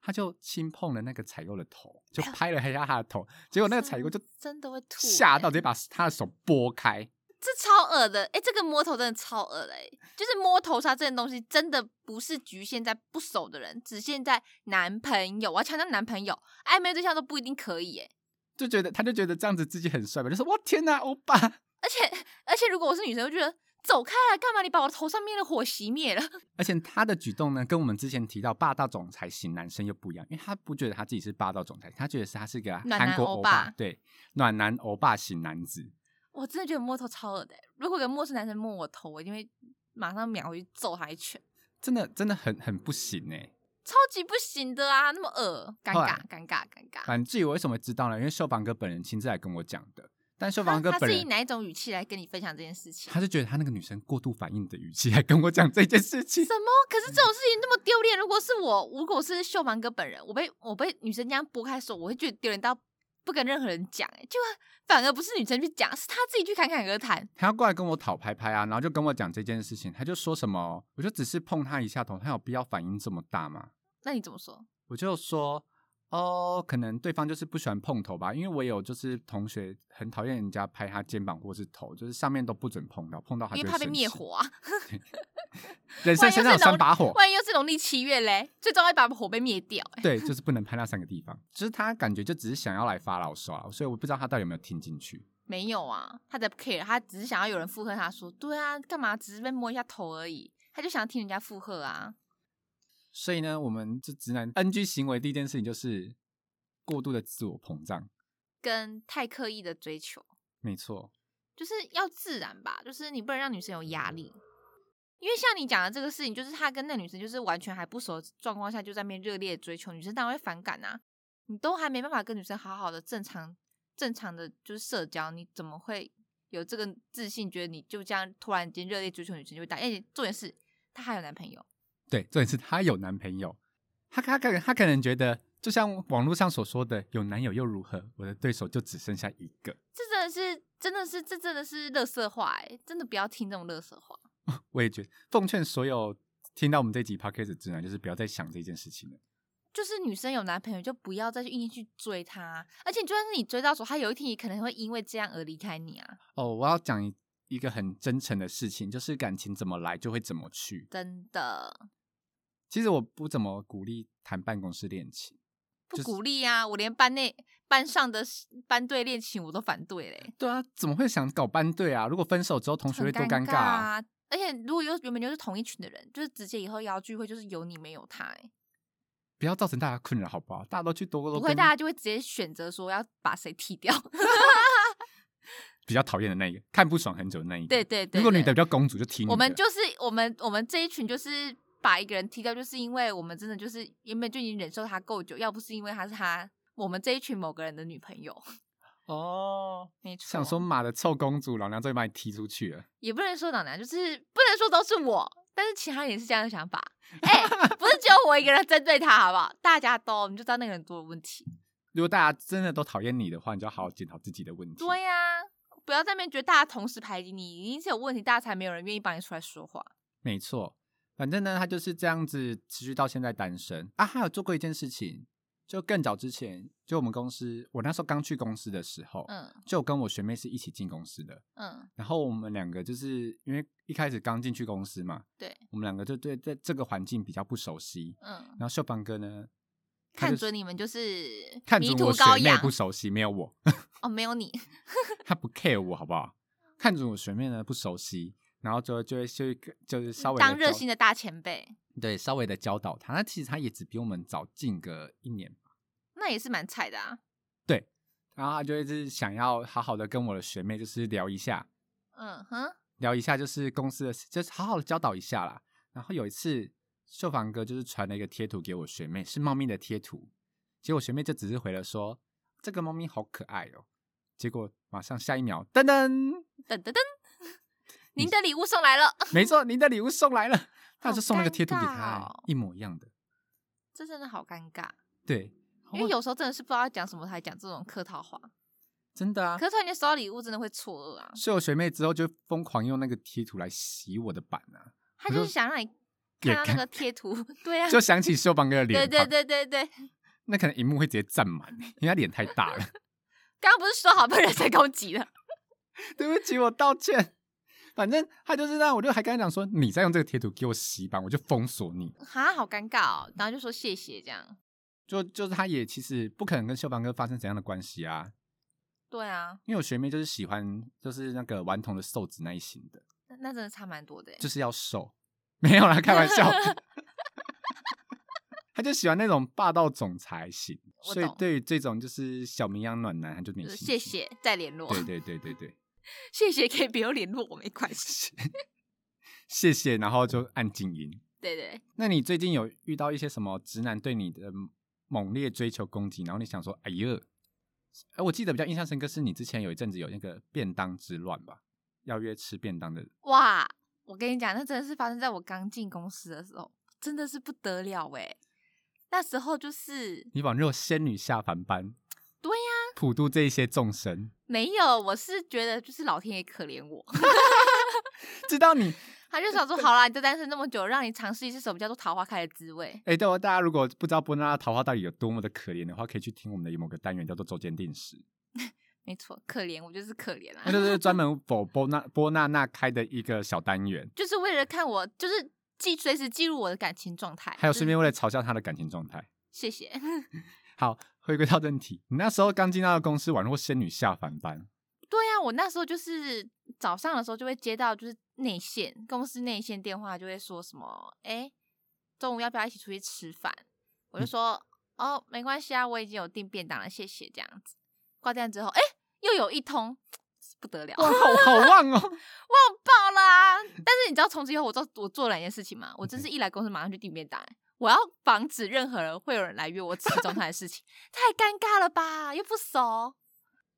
B: 他就轻碰了那个采购的头， 就拍了一下他的头，结果那个采购就
A: 真的会吐
B: 吓
A: 欸
B: 到直接把他的手拨开。
A: 这超恶的，哎、这个摸头真的超恶的、欸，就是摸头杀这件东西，真的不是局限在不熟的人，只限在男朋友。我要强调男朋友，暧昧对象都不一定可以、欸，
B: 就觉得他就觉得这样子自己很帅吧，就说哇天哪，欧巴，
A: 而且而且如果我是女生，我就觉得走开啊，干嘛你把我头上面的火熄灭了？
B: 而且他的举动呢，跟我们之前提到霸道总裁型男生又不一样，因为他不觉得他自己是霸道总裁，他觉得是他是个
A: 男
B: 韩国
A: 欧
B: 欧
A: 巴
B: 对，暖男欧巴型男子。
A: 我真的觉得摸头超恶的、欸，如果有个陌生男生摸我头，我一定会马上秒回去揍他一拳，
B: 真的真的很很不行哎、
A: 超级不行的啊，那么恶，尴
B: 后
A: 尬
B: 来
A: 尴尬尴尬。
B: 反正至于我为什么会知道呢？因为秀房哥本人亲自来跟我讲的。但秀
A: 他
B: 房哥
A: 他
B: 本
A: 是以
B: 人，
A: 哪一种语气来跟你分享这件事情？
B: 他是觉得他那个女生过度反应的语气来跟我讲这件事情
A: 什，么？可是这种事情那么丢脸，如果是我，如果是秀芒哥本人，我被我被女生这样拨开手，我会觉得丢脸到不跟任何人讲、欸，哎，就反而不是女生去讲，是她自己去侃侃而谈。
B: 他要过来跟我讨拍拍啊，然后就跟我讲这件事情，他就说什么，我就只是碰他一下头，他有必要反应这么大吗？
A: 那你怎么说？
B: 我就说哦，可能对方就是不喜欢碰头吧，因为我有就是同学很讨厌人家拍他肩膀或是头，就是上面都不准碰到，碰到他
A: 因
B: 就
A: 为
B: 会
A: 怕被
B: 生
A: 灭
B: 气。
A: 火啊！
B: 人生
A: 万一又
B: 身上有
A: 是
B: 三
A: 农
B: 把火，
A: 万一又是农历七月嘞， 最终要把火被灭掉、欸。
B: 对，就是不能拍那三个地方。就是他感觉就只是想要来发牢骚啊，所以我不知道他到底有没有听进去。
A: 没有啊，他才不 care，他只是想要有人附和他说，对啊，干嘛只是被摸一下头而已，他就想要听人家附和啊。
B: 所以呢，我们这直男 NG 行为第一件事情就是过度的自我膨胀，
A: 跟太刻意的追求，
B: 没错。
A: 就是要自然吧，就是你不能让女生有压力。因为像你讲的这个事情，就是他跟那女生就是完全还不熟的状况下，就在那边热烈追求，女生当然会反感啊。你都还没办法跟女生好好的正常正常的就是社交，你怎么会有这个自信，觉得你就这样突然间热烈追求女生就会答应？而且重点是，她还有男朋友，
B: 对，重点是她有男朋友，她她可能她可能觉得，就像网络上所说的，有男友又如何？我的对手就只剩下一个。
A: 这真的是真的是这真的是乐色话哎、真的不要听这种乐色话。
B: 我也觉得，奉劝所有听到我们这集 podcast 的直男，就是不要再想这件事情了。
A: 就是女生有男朋友就不要再去硬去追他，而且就算是你追到手，他有一天也可能会因为这样而离开你啊！
B: 哦，我要讲一一个很真诚的事情，就是感情怎么来就会怎么去。
A: 真的
B: 其实我不怎么鼓励谈办公室恋情。
A: 不
B: 就是
A: 鼓励啊！我连班内班上的班队恋情我都反对嘞，
B: 对啊，怎么会想搞班队啊？如果分手之后，同学
A: 很
B: 会多
A: 尴
B: 尴尬啊！
A: 啊！而且如果有原本就是同一群的人，就是直接以后要聚会就是有你没有他、欸，
B: 不要造成大家困扰，好不好？大家都去多多
A: 不会
B: 跟
A: 大家就会直接选择说要把谁踢掉。
B: 比较讨厌的那一个，看不爽很久的那一个。
A: 对对对
B: 如果
A: 对
B: 女的比较公主，就听
A: 我们就是我们我们这一群就是把一个人踢掉，就是因为我们真的就是 原本就已经忍受他够久，要不是因为他是他我们这一群某个人的女朋友，
B: 哦，
A: 没错。
B: 想说妈的臭公主，老娘终于把你踢出去了。
A: 也不能说老娘，就是不能说都是我，但是其他人也是这样的 想法。哎、不是只有我一个人针对他，好不好？大家都，你就知道那个人多有问题。
B: 如果大家真的都讨厌你的话，你就要好好检讨自己的问题。
A: 对呀、不要在那边觉得大家同时排挤你，一定是有问题，大家才没有人愿意帮你出来说话。
B: 没错，反正呢，他就是这样子持续到现在单身啊。还有做过一件事情，就更早之前，就我们公司，我那时候刚去公司的时候，
A: 嗯
B: 就跟我学妹是一起进公司的。
A: 嗯，
B: 然后我们两个就是因为一开始刚进去公司嘛，
A: 对，
B: 我们两个就对这这个环境比较不熟悉。
A: 嗯，
B: 然后秀芳哥呢，他
A: 看
B: 就是
A: 准你们就是
B: 看
A: 迷
B: 准
A: 途
B: 我学
A: 羔
B: 妹
A: 羊
B: 不熟悉，没有我，
A: 哦，没有你，
B: 他不 care 我好不好？看准我学妹呢不熟悉，然后就就会就会就是稍微地
A: 当热
B: 教
A: 心的大前辈，
B: 对，稍微的教导他。那其实他也只比我们早进个一年，
A: 那也是蛮菜的啊。
B: 然后他就一直想要好好的跟我的学妹就是聊一下，
A: 嗯哼，
B: 聊一下就是公司的事，就是好好的教导一下啦。然后有一次，秀房哥就是传了一个贴图给我学妹，是猫咪的贴图，结果学妹就只是回了说这个猫咪好可爱哦、结果马上下一秒，噔噔，
A: 噔 噔噔，您的礼物送来了，
B: 没错，您的礼物送来了，他就
A: 好
B: 送了个
A: 尴
B: 贴图给
A: 尬
B: 他、
A: 哦
B: 一模一样的，
A: 这真的好尴尬，
B: 对，哦
A: 因为有时候真的是不知道讲什么才讲这种客套话，
B: 真的啊，
A: 可是突然间收到礼物真的会错愕啊。
B: 是我学妹之后就疯狂用那个贴图来洗我的版 啊，
A: 他
B: 可
A: 就是
B: 是
A: 想让你看
B: 也
A: 到那
B: 看
A: 个贴 图，对啊，
B: 就想起秀邦哥的脸
A: 对
B: 庞，
A: 对对对对，
B: 那可能荧幕会直接占满，欸因为他脸太 大了。
A: 刚刚不是说好被人身攻击了？
B: 对不起，我道歉。反正他就是让我就还跟他讲说，你再用这个贴图给我洗版，我就封锁你。
A: 哈，好尴尬哦，然后就说谢谢这样，
B: 就就是他也其实不可能跟秀邦哥发生怎样的关系啊，
A: 对啊，
B: 因为我学妹就是喜欢就是那个顽童的瘦子那一型的，
A: 那那真的差蛮多的欸耶，
B: 就是要瘦，没有啦，开玩笑。 他就喜欢那种霸道总裁型，
A: 我
B: 所以
A: 懂
B: 对于这种就是小绵羊暖男，他就没
A: 就是
B: 兴
A: 谢
B: 趣。
A: 谢再联络，
B: 对对对对对，
A: 谢谢可以不用联络我没关系，
B: 谢谢，然后就按静音。
A: 对对，
B: 那你最近有遇到一些什么直男对你的猛烈追求攻击，然后你想说，哎呦，哎，我记得比较印象深刻是你之前有一阵子有那个便当之乱吧，邀约吃便当的，
A: 哇，我跟你讲，那真的是发生在我刚进公司的时候，真的是不得了哎，那时候就是
B: 你宛若仙女下凡般，
A: 对呀、
B: 普渡这一些众生，
A: 没有，我是觉得就是老天爷可怜我，
B: 知道你。
A: 他就想 说好啦，你都单身那么久，让你尝试一次什么叫做桃花开的滋味。
B: 哎，对哦，大家如果不知道波娜的桃花到底有多么的可怜的话，可以去听我们的某个单元叫做“周间 定时”，
A: 没错，可怜我就是可怜
B: 那
A: 啊，
B: 就是专门否波娜波娜娜开的一个小单元。
A: 就是为了看我，就是记随时记录我的感情状态。
B: 还有
A: 就是
B: 顺便为了嘲笑他的感情状态。
A: 谢谢，
B: 好，回归到正题，你那时候刚进到公司，宛若仙女下凡般。
A: 对呀、我那时候就是早上的时候就会接到就是内线公司内线电话，就会说什么哎、诶中午要不要一起出去吃饭？我就说、哦没关系啊，我已经有订便当了，谢谢这样子。挂断之后，哎、又有一通，不得了，
B: 哇，好好旺
A: 忘
B: 哦！
A: 爆啦、 但是你知道从此以后我做我做了两件事情吗？我真是一来公司马上去订便当、欸我要防止任何人会有人来约我吃中餐的事情， 太尴尬了吧？又不熟，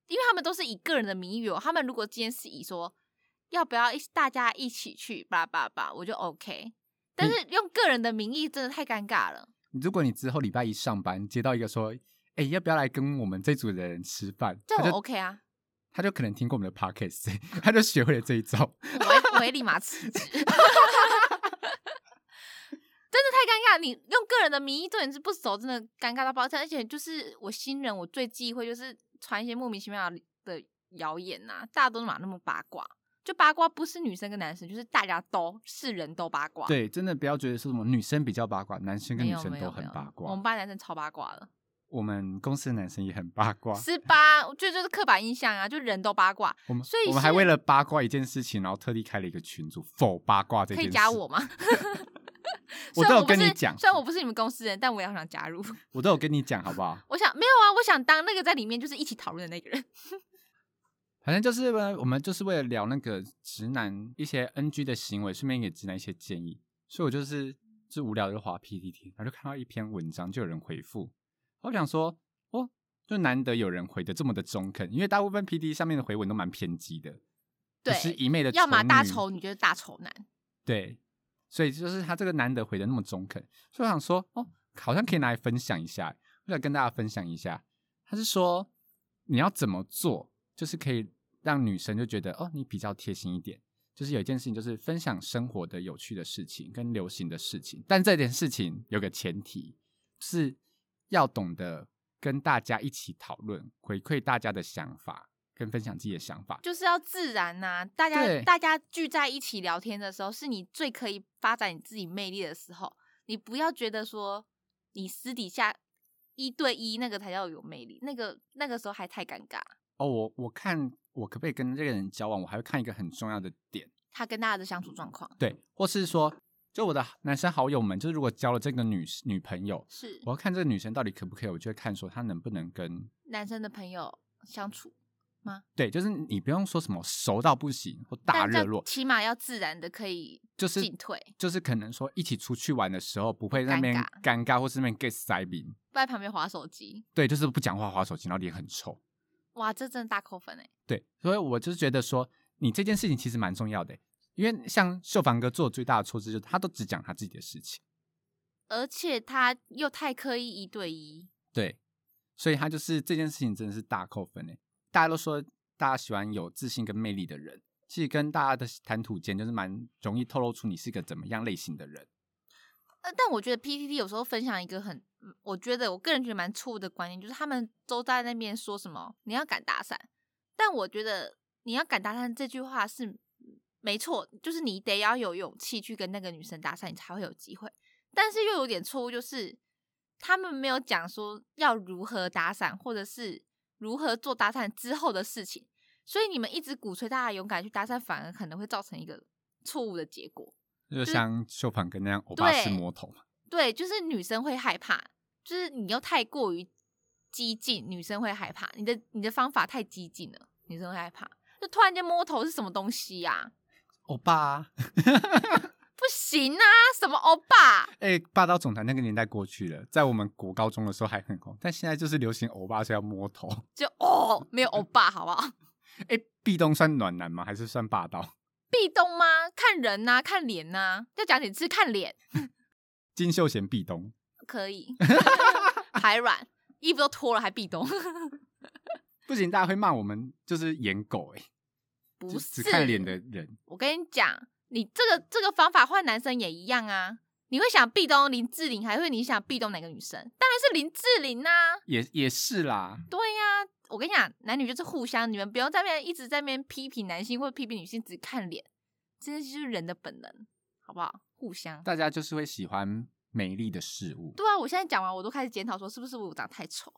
A: 因为他们都是以个人的名义约我，他们如果今天是以说要不要一起大家一起去吧吧吧，我就 OK。但是用个人的名义真的太尴尬了，
B: 如果你之后礼拜一上班接到一个说，哎、要不要来跟我们这组的人吃饭？
A: 这
B: 他
A: 样
B: 就
A: 我 OK 啊，
B: 他就可能听过我们的 podcast，他 就学会了这一招。
A: 我会我会立马辞职。 真的太尴尬，你用个人的名义对人是不熟，真的尴尬到爆炸。而且就是我新人，我最忌讳就是传一些莫名其妙的谣言呐、大家都哪那么八卦？就八卦不是女生跟男生，就是大家都是人都八卦。，
B: 对，真的不要觉得说什么女生比较八卦，男生跟
A: 没
B: 女
A: 有
B: 生
A: 没有
B: 都
A: 没
B: 很
A: 有
B: 八
A: 我
B: 卦
A: 们。班男生超八卦的，
B: 我们公司的男生也很八卦。
A: 是吧？我觉得就是刻板印象啊，就人都八卦，
B: 我们
A: 所以
B: 我们还
A: 是
B: 为了八卦一件事情，然后特地开了一个群组否八卦这
A: 可以
B: 件事。
A: 加我，吗？
B: 我
A: 虽然
B: 都有
A: 不
B: 跟
A: 是
B: 你讲
A: 虽然我不是你们公司人，但我也好想加入。
B: 我都有跟你讲，好不好？
A: 我想没有啊，我想当那个在里面就是一起讨论的那个人。
B: 反正就是呢，我们就是为了聊那个直男一些 NG 的行为，顺便给直男一些建议。所以我就是就无聊就滑 PPT，然后就看到一篇文章，就有人回复，我想说，哦，就难得有人回的这么的中肯，因为大部分 P D 上面的回文都蛮偏激的，
A: 对
B: 只是一昧的
A: 要么大
B: 仇
A: 丑
B: 女，
A: 女就是大丑男，
B: 对，所以就是他这个难得回的那么中肯，所以我想说哦，好像可以拿来分享一下，我想跟大家分享一下，他是说你要怎么做，就是可以让女生就觉得哦，你比较贴心一点。就是有一件事情，就是分享生活的有趣的事情跟流行的事情，但这件事情有个前提，是要懂得跟大家一起讨论，回馈大家的想法，跟分享自己的想法。
A: 就是要自然呐、大家
B: 对
A: 大家聚在一起聊天的时候，是你最可以发展你自己魅力的时候。你不要觉得说你私底下一对一那个才叫有魅力，那个那个时候还太尴尬。
B: 哦，我我看我可不可以跟这个人交往，我还会看一个很重要的点，
A: 他跟大家的相处状况
B: 对，或是说，就我的男生好友们，就是如果交了这个女女朋友，
A: 是
B: 我要看这个女生到底可不可以，我就会看说她能不能跟
A: 男生的朋友相处，
B: 对，就是你不用说什么熟到不行或大
A: 但
B: 热
A: 这
B: 络，
A: 起码要自然的可以
B: 就是
A: 进退，
B: 就是可能说一起出去玩的时候不会在那边
A: 尴
B: 尴尬，或是那边 get 塞饼，
A: 不在旁边划手机，
B: 对，就是不讲话、划手机，然后脸很臭，
A: 哇，这真的大扣分哎、
B: 对，所以我就是觉得说你这件事情其实蛮重要的，欸因为像秀凡哥做的最大的错置就是他都只讲他自己的事情，
A: 而且他又太刻意一对一，
B: 对，所以他就是这件事情真的是大扣分诶。大家都说大家喜欢有自信跟魅力的人，其实跟大家的谈吐间就是蛮容易透露出你是个怎么样类型的人。
A: 呃，但我觉得 PTT 有时候分享一个很，嗯我觉得我个人觉得蛮错误的观念，就是他们都在那边说什么你要敢搭讪，但我觉得你要敢搭讪这句话是没错，就是你得要有勇气去跟那个女生搭讪，你才会有机会。但是又有点错误，就是他们没有讲说要如何搭讪，或者是如何做搭讪之后的事情，所以你们一直鼓吹大家勇敢去搭讪，反而可能会造成一个错误的结果。
B: 就是像秀凡跟那样欧巴式
A: 对
B: 魔头嘛，
A: 对，就是女生会害怕，就是你又太过于激进，女生会害怕。你的你的方法太激进了，女生会害怕。就突然间摸头是什么东西呀、
B: 欧巴、啊，
A: 不行啊，什么欧巴？
B: 哎、霸道总裁那个年代过去了，在我们国高中的时候还很红，但现在就是流行欧巴是要摸头。
A: 就哦，没有欧巴，好不好？
B: 哎、壁咚算暖男吗？还是算霸道？
A: 壁咚吗？看人呐、看脸呐、要讲几次看脸
B: 金秀贤壁咚，
A: 可以， 排卵，衣服都脱了还壁咚，
B: 不行，大家会骂我们就是颜狗哎、
A: 不
B: 就是只看脸的人。
A: 我跟你讲，你这个这个方法换男生也一样啊。你会想壁咚林志玲，还会你想壁咚哪个女生？当然是林志玲呐、
B: 也也是啦，
A: 对呀、我跟你讲，男女就是互相，你们不用在那边一直在那边批评男性或批评女性，只看脸，这就是人的本能，好不好？互相。
B: 大家就是会喜欢美丽的事物。
A: 对啊，我现在讲完，我都开始检讨说，是不是我长太丑？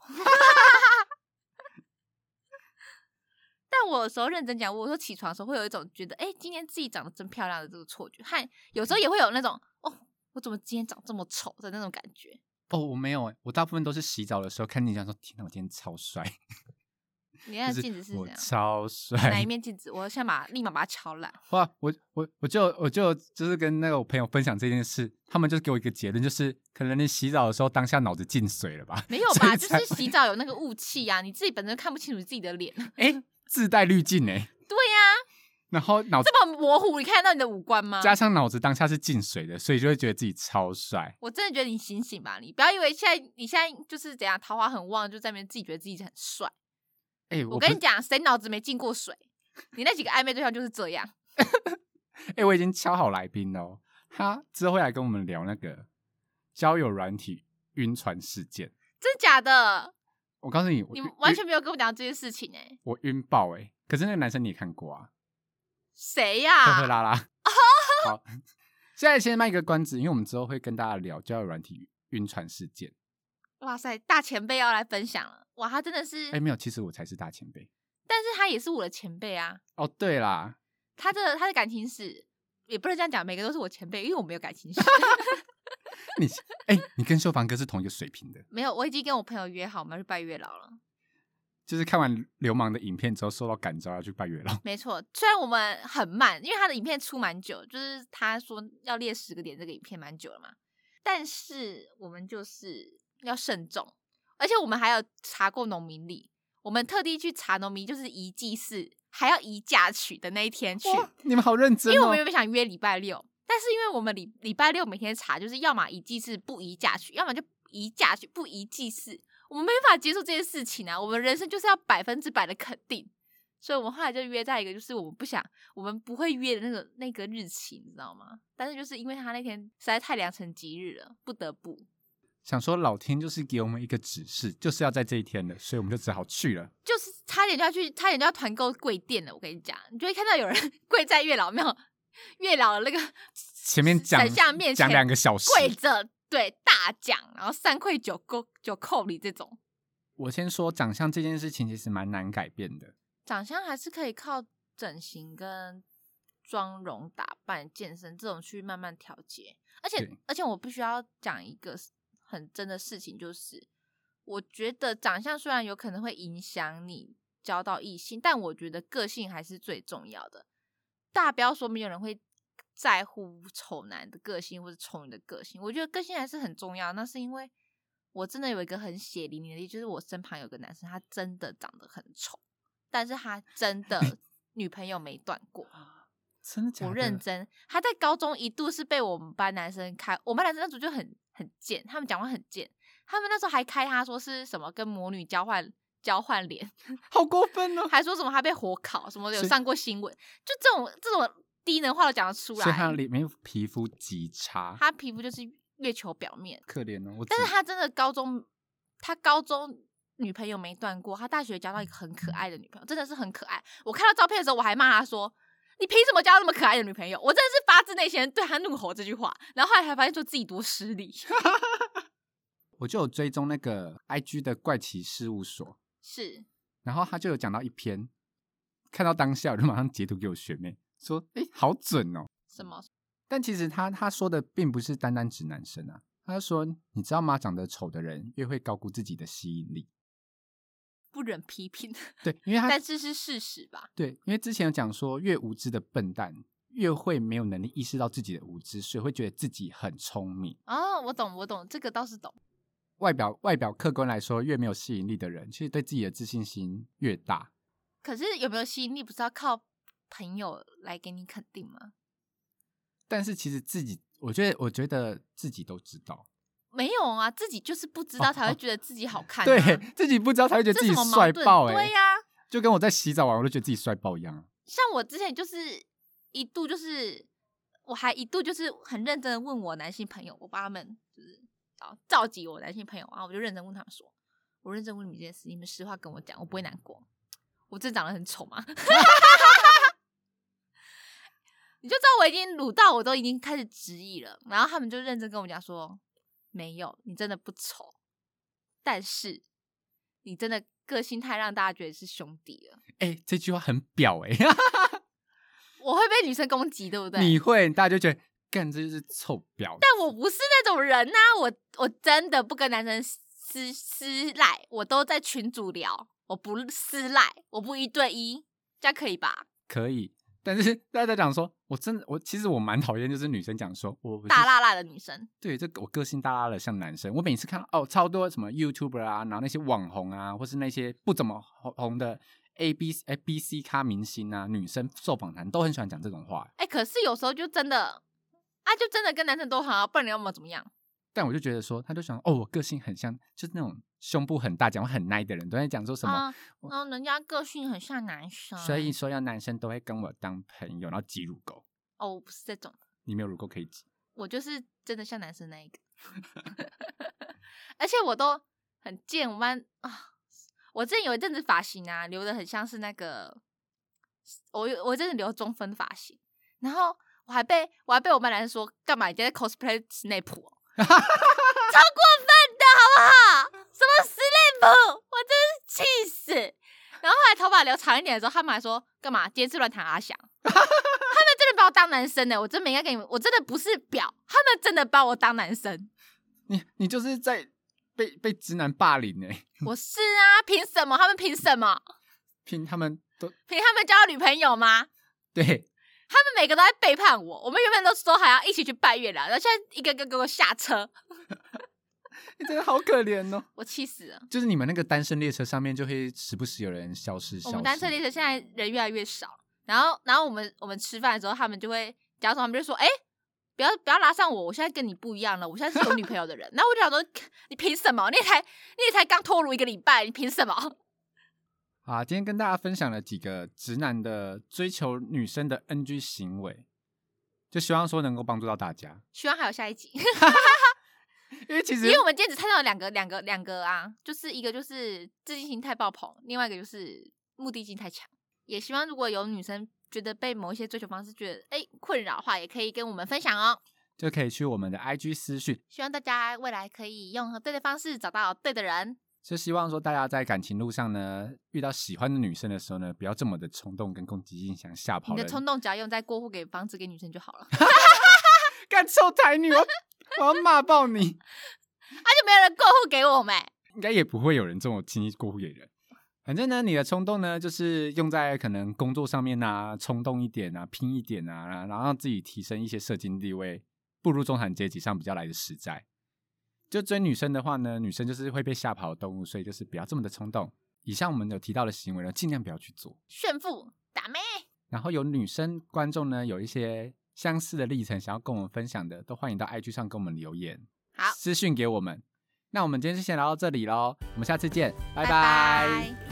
A: 但我有时候认真讲，我说起床的时候会有一种觉得，哎、今天自己长得真漂亮的这个错觉，和有时候也会有那种，哦，我怎么今天长这么丑的那种感觉。
B: 哦，我没有欸，我大部分都是洗澡的时候看镜子，想说天哪，我今天超帅，
A: 你看
B: 就
A: 镜子是
B: 我
A: 怎样？
B: 超
A: 哪一
B: 帅。
A: 面镜子？我先把立马把它敲烂。
B: 哇，我我我就我就就是跟那个我朋友分享这件事，他们就给我一个结论，就是可能你洗澡的时候当下脑子进水了吧？
A: 没有
B: 所
A: 吧？
B: 以
A: 就
B: 才
A: 是洗澡有那个雾气呀、你自己本身看不清楚自己的脸。
B: 哎、自带滤镜哎、
A: 对呀、
B: 然后脑子
A: 这么模糊，你看得到你的五官吗？
B: 加上脑子当下是进水的，所以就会觉得自己超帅。
A: 我真的觉得你醒醒吧，你不要以为现在你现在就是怎样桃花很旺，就在那边自己觉得自己很帅。
B: 哎、
A: 我
B: 我
A: 跟你
B: 不
A: 讲，谁脑子没进过水？你那几个暧昧对象就是这样。
B: 哎、我已经敲好来宾了哦，他之后会来跟我们聊那个交友软体晕船事件。
A: 真假的？
B: 我告诉你，我
A: 你
B: 晕
A: 完全没有跟我讲这件事情哎、
B: 我晕爆哎、可是那个男生你也看过啊，
A: 谁呀、
B: 呵呵啦啦。好，现在先卖一个关子，因为我们之后会跟大家聊交友软体晕船事件。
A: 哇塞，大前辈要来分享了。哇，他真的是，
B: 哎、没有，其实我才是大前辈。
A: 但是他也是我的前辈啊。
B: 哦，对啦，
A: 他的他的感情史也不能这样讲，每个都是我前辈，因为我没有感情史。
B: 你哎、你跟秀凡哥是同一个水平的，
A: 没有，我已经跟我朋友约好，我们要去拜月老了。
B: 就是看完《流氓》的影片之后受到感召要去拜月老。
A: 没错，虽然我们很慢，因为他的影片出蛮久，就是他说要列十个点，这个影片蛮久了嘛。但是我们就是要慎重，而且我们还有查过农民历，我们特地去查农民，就是一祭祀还要移嫁娶的那一天去，
B: 哇， 你们好认真
A: 因为我
B: 哦
A: 们！原本想约礼拜六，但是因为我们礼礼拜六每天查，就是要么一祭祀不宜嫁娶，要么就宜嫁娶不宜祭祀，我们没法接受这件事情啊！我们人生就是要百分之百的肯定，所以我们后来就约在一个就是我们不想、我们不会约的那个那个日期，你知道吗？但是就是因为他那天实在太良辰吉日了，不得不。
B: 想说老天就是给我们一个指示，就是要在这一天的，所以我们就只好去了。
A: 就是差点就要去，差点就要团购跪垫了。我跟你讲，你就会看到有人 跪在月老庙、月老的那个
B: 前面讲
A: 神像面前
B: 讲两个小时，
A: 跪着，对大奖，然后三跪九叩九叩礼这种，
B: 我先说长相这件事情其实蛮难改变的，
A: 长相还是可以靠整形跟妆容、打扮、健身这种去慢慢调节。而且
B: 对
A: 而且，我必须要讲一个很真的事情，就是我觉得长相虽然有可能会影响你交到异性，但我觉得个性还是最重要的。大不要说没有人会在乎丑男的个性或者丑女的个性，我觉得个性还是很重要。那是因为我真的有一个很血淋淋的例子，就是我身旁有个男生，他真的长得很丑，但是他真的 女朋友没断过。
B: 真的假的？
A: 我认真，他在高中一度是被我们班男生开，我们班男生那组就很很贱，他们讲话很贱，他们那时候还开他说是什么跟魔女交换交换脸，
B: 好过分哦！
A: 还说什么他被火烤什么的，有
B: 所以
A: 上过新闻，就这种这种低能话都讲得出
B: 所以他
A: 来，
B: 里面皮肤极差，
A: 他皮肤就是月球表面，
B: 可怜哦。我
A: 但是
B: 只
A: 他真的高中，他高中女朋友没断过，他大学交到一个很可爱的女朋友，真的是很可爱。我看到照片的时候，我还骂他说：“你凭什么交到那么可爱的女朋友？”我真的是发自内心地对他怒吼这句话，然后后来才发现说自己多失 礼。
B: 我就有追踪那个 IG 的怪奇事务所，
A: 是，
B: 然后他就有讲到一篇，看到当下我就马上截图给我学妹说：“哎、好准哦！”
A: 什么？
B: 但其实他他说的并不是单单指男生啊，他说：“你知道吗？长得丑的人越会高估自己的吸引力。
A: 不忍批评，”
B: 对，因为他
A: 但是是事实吧？
B: 对，因为之前有讲说，越无知的笨蛋越会没有能力意识到自己的无知，所以会觉得自己很聪明。
A: 哦，我懂，我懂，这个倒是懂。
B: 外表外表客观来说，越没有吸引力的人，其实对自己的自信心越大。
A: 可是有没有吸引力，不是要靠朋友来给你肯定吗？
B: 但是其实自己，我觉得，我觉得自己都知道，
A: 没有啊，自己就是不知道才会觉得自己好看、啊
B: 哦对自己不知道才会觉得
A: 这
B: 自
A: 什
B: 己
A: 么矛
B: 帅
A: 盾
B: 爆、欸，
A: 对呀、
B: 就跟我在洗澡完我都觉得自己帅爆一样。
A: 像我之前就是一度就是，我还一度就是很认真的问我男性朋友，我帮他们就是找召集我男性朋友，然后我就认真问他们说，我认真问你们这件事，你们实话跟我讲，我不会难过。我真的长得很丑吗？ 你就知道我已经卤到我都已经开始质疑了，然后他们就认真跟我讲说，没有，你真的不丑，但是你真的个性太让大家觉得是兄弟了。
B: 哎、这句话很表哎、
A: 我会被女生攻击，对不对？
B: 你会，大家就觉得干这就是臭婊。
A: 但我不是那种人呐、我我真的不跟男生私私赖，我都在群主聊，我不私赖，我不一对一，这样可以吧？
B: 可以，但是大家讲说，我真的，我其实我蛮讨厌，就是女生讲说我不是
A: 大辣辣的女生，
B: 对，这个我个性大拉的像男生。我每次看到哦，超多什么 YouTuber 啊，然后那些网红啊，或是那些不怎么红红的 A B 哎 B C 咖明星啊，女生受访谈都很喜欢讲这种话。
A: 哎、可是有时候就真的啊，就真的跟男生都好啊，不然你要么怎么样？
B: 但我就觉得说，他就想哦，我个性很像，就是那种胸部很大、讲话很 nice 的人，都在讲说什么。
A: 啊，然后人家个性很像男生，
B: 所以说，要男生都会跟我当朋友，然后挤乳沟。
A: 哦，我不是这种，
B: 你没有乳沟可以挤，
A: 我就是真的像男生那一个， 而且我都很贱，我们班啊，我之前有一阵子发型啊，留的很像是那个，我有我真的留中分发型，然后我还被我还被我们班男生说干嘛你在 cosplay 史内普哦、 超过分的好不好？什么史内普，我真是气死。然后后来头发留长一点的时候，他们还说干嘛今天是乱弹阿翔。他们真的把我当男生呢、我真没应该给你们，我真的不是表，他们真的把我当男生。
B: 你你就是在被被直男霸凌哎、
A: 我是啊，凭什么？他们凭什么？
B: 凭他们都
A: 凭他们交女朋友吗？
B: 对
A: 他们每个都在背叛我。我们原本都说好要一起去拜月亮，然后现在一个个给我下车。
B: 你真的好可怜哦。
A: 我气死了。
B: 就是你们那个单身列车上面就会时不时有人消失，
A: 我
B: 消
A: 们单车
B: 失
A: 列车现在人越来越少，然后然后我们我们吃饭的时候，他们就会，假如说他们就说，哎、不要不要拉上我，我现在跟你不一样了，我现在是有女朋友的人。然后我就想说，你凭什么？你也才你也才刚脱乳一个礼拜，你凭什么？
B: 啊，今天跟大家分享了几个直男的追求女生的 NG 行为，就希望说能够帮助到大家。
A: 希望还有下一集，
B: 因为其
A: 因
B: 实
A: 为我们今天只看到了两个两个两个啊，就是一个就是自信心太爆棚，另外一个就是目的性太强。也希望如果有女生觉得被某一些追求方式觉得哎、诶困扰的话，也可以跟我们分享哦。
B: 就可以去我们的 IG 私讯，
A: 希望大家未来可以用对的方式找到对的人。
B: 就希望说大家在感情路上呢，遇到喜欢的女生的时候呢，不要这么的冲动跟攻击性，想吓跑
A: 你的
B: 人
A: 冲动只要用在过户给房子给女生就好了，那、 啊
B: 干臭台女，我我要骂爆你！
A: 就没有人过户给我们、
B: 应该也不会有人这么轻易过户给人。反正呢，你的冲动呢，就是用在可能工作上面啊，冲动一点啊，拼一点啊，然后让自己提升一些社经地位，步入中产阶级上比较来的实在。就追女生的话呢，女生就是会被吓跑的动物，所以就是不要这么的冲动。以上我们有提到的行为呢，尽量不要去做。
A: 炫富打妹，
B: 然后有女生观众呢，有一些相似的历程想要跟我们分享的，都欢迎到 IG 上跟我们留言，
A: 好
B: 私讯给我们。那我们今天就先聊到这里喽，我们下次见，拜拜
A: 拜